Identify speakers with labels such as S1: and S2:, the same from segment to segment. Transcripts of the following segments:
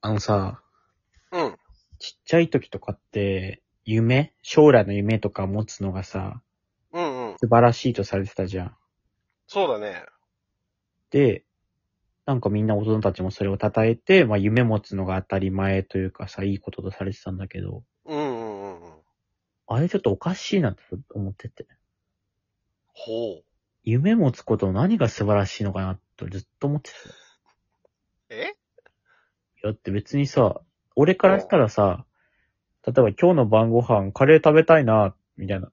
S1: あのさ、
S2: うん。
S1: ちっちゃい時とかって、夢将来の夢とか持つのがさ、
S2: うんうん。
S1: 素晴らしいとされてたじゃん。
S2: そうだね。
S1: で、なんかみんな大人たちもそれを称えて、まあ夢持つのが当たり前というかさ、いいこととされてたんだけど、
S2: うんうんうんうん。
S1: あれちょっとおかしいなって思ってて。
S2: ほう。
S1: 夢持つことの何が素晴らしいのかなとずっと思ってた。
S2: え
S1: いやだって別にさ、俺からしたらさ、例えば今日の晩ご飯カレー食べたいな、みたいな。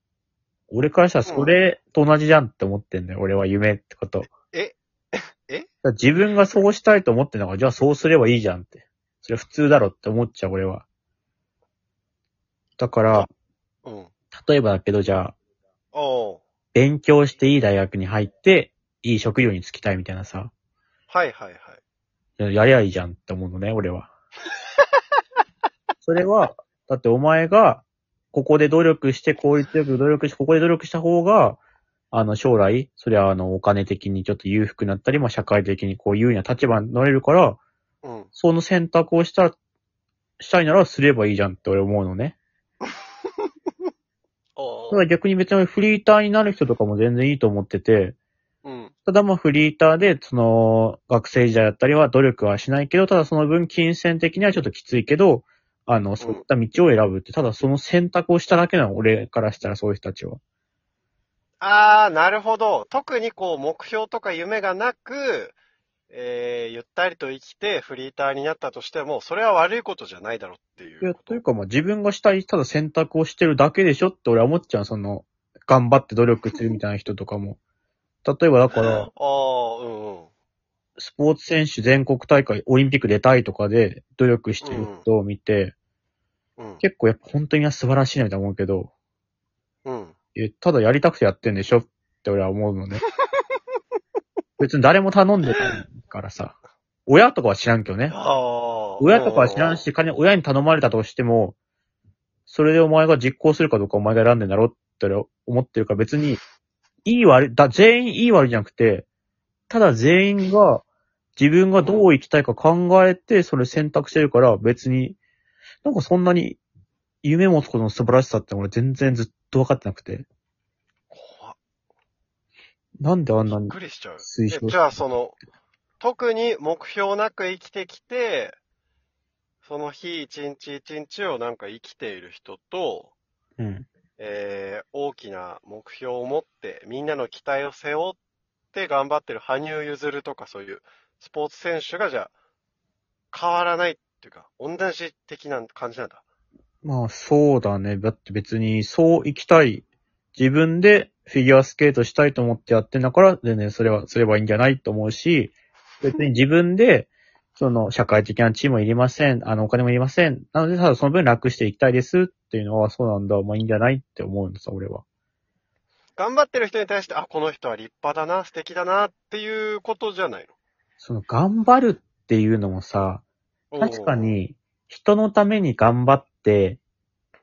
S1: 俺からしたらそれと同じじゃんって思ってんだよ。俺は夢ってこと。
S2: え
S1: だ
S2: え
S1: から自分がそうしたいと思ってんだから、じゃあそうすればいいじゃんって。それ普通だろって思っちゃう、俺は。だから、
S2: うん。
S1: 例えばだけどじゃあ、
S2: おう。
S1: 勉強していい大学に入って、いい職業に就きたいみたいなさ、
S2: はいはいはい。
S1: やりゃいいじゃんって思うのね、俺は。 それは、だってお前が、ここで努力して、効率よく努力して、ここで努力した方が、あの、将来、それはあの、お金的にちょっと裕福になったり、まあ、社会的にこう、優位な立場になれるから、
S2: うん。
S1: その選択をした、したいならすればいいじゃんって俺思うのね。
S2: お
S1: ただ逆に別にフリーターになる人とかも全然いいと思ってて、
S2: うん。
S1: ただまあフリーターで、その、学生時代だったりは努力はしないけど、ただその分金銭的にはちょっときついけど、あの、そういった道を選ぶって、ただその選択をしただけなの、俺からしたらそういう人たちは。
S2: あー、なるほど。特にこう、目標とか夢がなく、えー、ゆったりと生きてフリーターになったとしても、それは悪いことじゃないだろうってい
S1: いうや、
S2: こと
S1: いうかまあ自分がしたい、ただ選択をしてるだけでしょって俺は思っちゃう、その、頑張って努力するみたいな人とかも。例えばだから、
S2: あー、うんうん。
S1: スポーツ選手全国大会、オリンピック出たいとかで努力してる人を見て、
S2: うん。
S1: 結構やっぱ本当に素晴らしいなと思うけど、
S2: うん。
S1: え、ただやりたくてやってんでしょって俺は思うの ね。別に誰も頼んでないからさ。親とかは知らんけどね。
S2: あー。
S1: 親とかは知らんし、仮に親に頼まれたとしても、それでお前が実行するかどうかお前が選んでんだろって俺は思ってるから別に、いい悪い、だ、全員いい悪いじゃなくて、ただ全員が自分がどう生きたいか考えてそれ選択してるから別に、なんかそんなに夢持つことの素晴らしさって俺全然ずっと分かってなくて。
S2: 怖っ
S1: なんであん
S2: び
S1: な
S2: っ
S1: に
S2: くりしちゃう。
S1: 推奨
S2: えじゃあ、その、特に目標なく生きてきて、その日一日一日をなんか生きている人と、
S1: うん。
S2: えー、大きな目標を持って、みんなの期待を背負って頑張ってる羽生結弦とかそういうスポーツ選手がじゃあ、変わらないっていうか、同じ的な感じなんだ。
S1: まあ、そうだね。だって別に、そう行きたい。自分でフィギュアスケートしたいと思ってやってんだから、全然それは、すればいいんじゃないと思うし、別に自分で、その、社会的な地位もいりません。あの、お金もいりません。なので、ただその分楽していきたいですっていうのは、そうなんだ。まあいいんじゃないって思うんです、俺は。
S2: 頑張ってる人に対して、あ、この人は立派だな、素敵だな、っていうことじゃない
S1: その、頑張るっていうのもさ、
S2: の。
S1: 確かに、人のために頑張って、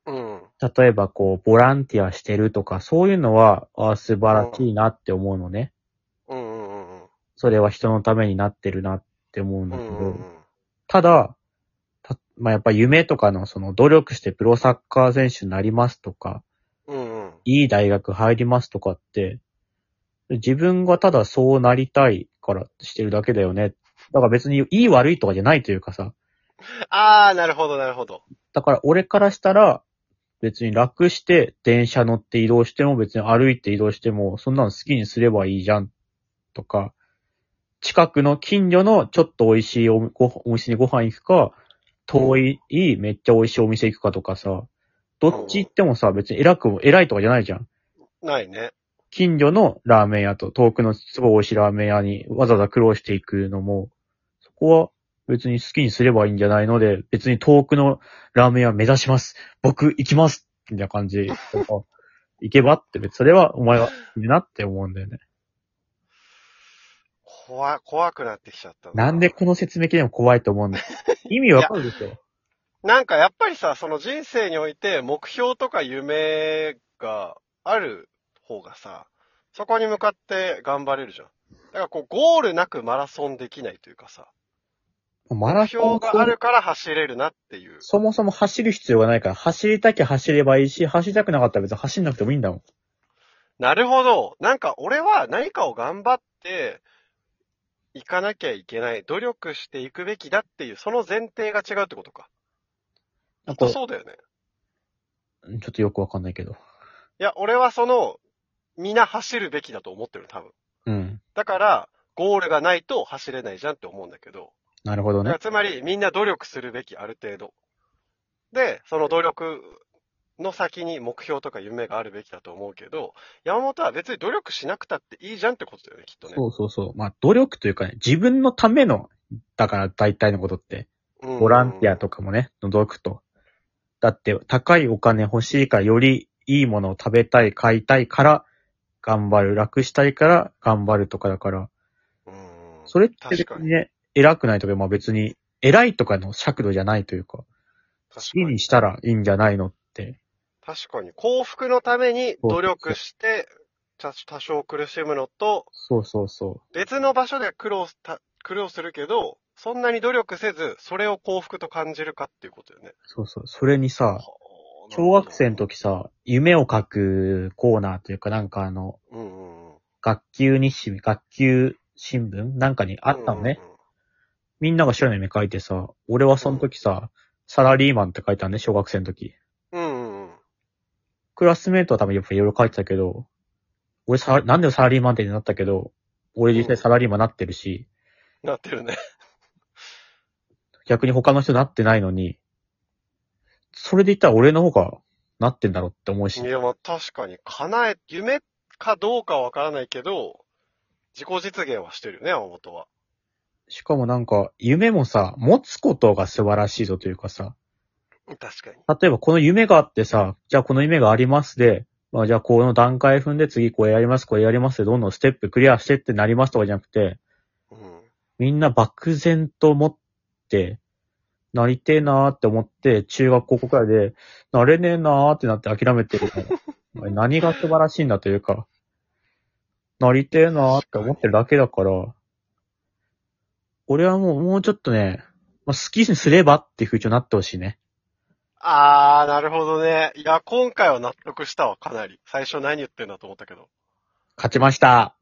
S2: うん。うん。
S1: 例えばこう、ボランティアしてるとか、そういうのは、あ素晴らしいなって思うのね。
S2: うんうんうんうん。
S1: それは人のためになってるなって思うん
S2: う
S1: だけ
S2: んうんう
S1: ど。
S2: ん。
S1: ただ、たまあ、やっぱ夢とかのその努力してプロサッカー選手になりますとか、
S2: うんうん。
S1: いい大学入りますとかって、自分がただそうなりたいからしてるだけだよね。だから別にいい悪いとかじゃないというかさ。
S2: あー、なるほど、なるほど。
S1: だから俺からしたら、別に楽して電車乗って移動しても別に歩いて移動しても、そんなの好きにすればいいじゃん。とか、近くの近所のちょっと美味しいおごお店にご飯行くか、遠い、いいめっちゃ美味しいお店行くかとかさ、どっち行ってもさ、別に偉くも、偉いとかじゃないじゃん。
S2: ないね。
S1: 近所のラーメン屋と遠くのすごい美味しいラーメン屋にわざわざ苦労していくのも、そこは別に好きにすればいいんじゃないので、別に遠くのラーメン屋目指します。僕行きますみたいな感じとか、行けばって別にそれはお前がいいなって思うんだよね。
S2: 怖、怖くなってきちゃったな
S1: なんでこの説明でも怖いと思うんだよ。意味わかるでしょ。
S2: なんかやっぱりさ、その人生において目標とか夢がある方がさ、そこに向かって頑張れるじゃん。だからこう、ゴールなくマラソンできないというかさ、
S1: マラ
S2: 目
S1: ソン
S2: 標があるから走れるなっていう。
S1: そもそも走る必要がないから、走りたきゃ走ればいいし、走りたくなかったら別に走んなくてもいいんだもん。
S2: なるほど。なんか俺は何かを頑張って、行かなきゃいけない。努力していくべきだっていう、その前提が違うってことか。き
S1: なん
S2: っ
S1: か
S2: と
S1: ちょ
S2: そうだよね。
S1: っとよくわかんないけど。
S2: いや、俺はその、皆走るべきだと思ってる、多分。
S1: うん。
S2: だから、ゴールがないと走れないじゃんって思うんだけど。
S1: なるほど
S2: だか
S1: ね
S2: ら。つまり、みんな努力するべき、ある程度。で、その努力の先に目標とか夢があるべきだと思うけど、山本は別に努力しなくたっていいじゃんってことだよね、きっとね。
S1: そうそうそう。まあ、努力というかね、自分のための、だから大体のことって、ボランティアと
S2: か。
S1: かもね、除くと。だって、高いお金欲しいから、よりいいものを食べたい、買いたいから、頑張る。楽したいから、頑張るとかだから、
S2: うん
S1: それって
S2: 確
S1: 別
S2: か
S1: に
S2: に。
S1: ね、偉くないとか、まあ別に、偉いとかの尺度じゃないというか、好
S2: 確
S1: き
S2: かに
S1: にしたらいいんじゃないのって。
S2: 確かに。幸福のために努力して、多多少苦しむのと、
S1: そうそうそ
S2: 別の場所で苦労した、苦労するけど、そんなに努力せず、それを幸福と感じるかっていうことよね
S1: う。。そうそう。それに
S2: はあ
S1: さ、小学生の。時さ、夢を書くコーナーというかなんかあの、
S2: なるほどうんうんうん。
S1: 学級日誌、学級新聞なんかにあったのね。
S2: うんうんうん。
S1: みんなが白の夢書いてさ、俺はその時さ、サラリーマンって書いたんね、小学生の時。
S2: うんうんうん。
S1: クラスメートは多分やっぱいろいろ書いてたけど、俺さ、なんでサラリーマンってなったけど、俺実際サラリーマンなってるし、
S2: なってるね。
S1: 逆に他の人なってないのに、それで言ったら俺の方がなってんだろうって思うし
S2: い。や、まあ確かに、叶え、夢かどうかはわからないけど、自己実現はしてるよね、山本は。
S1: しかもなんか、夢もさ、持つことが素晴らしいぞというかさ、
S2: 確かに。
S1: 例えばこの夢があってさ、じゃあこの夢がありますで、まあじゃあこの段階踏んで次これやります、これやりますで、どんどんステップクリアしてってなりますとかじゃなくて、
S2: うん。
S1: みんな漠然と持って、なりてえなーって思って、中学高校くらいで、なれねえなーってなって諦めてる。お前何が素晴らしいんだというか、なりてえなーって思ってるだけだから、俺はもう、もうちょっとね、まあ、好きにすればっていう風潮になってほしいね。
S2: あー、なるほどね。いや、今回は納得したわ、かなり。最初何言ってんだと思ったけど。
S1: 勝ちました。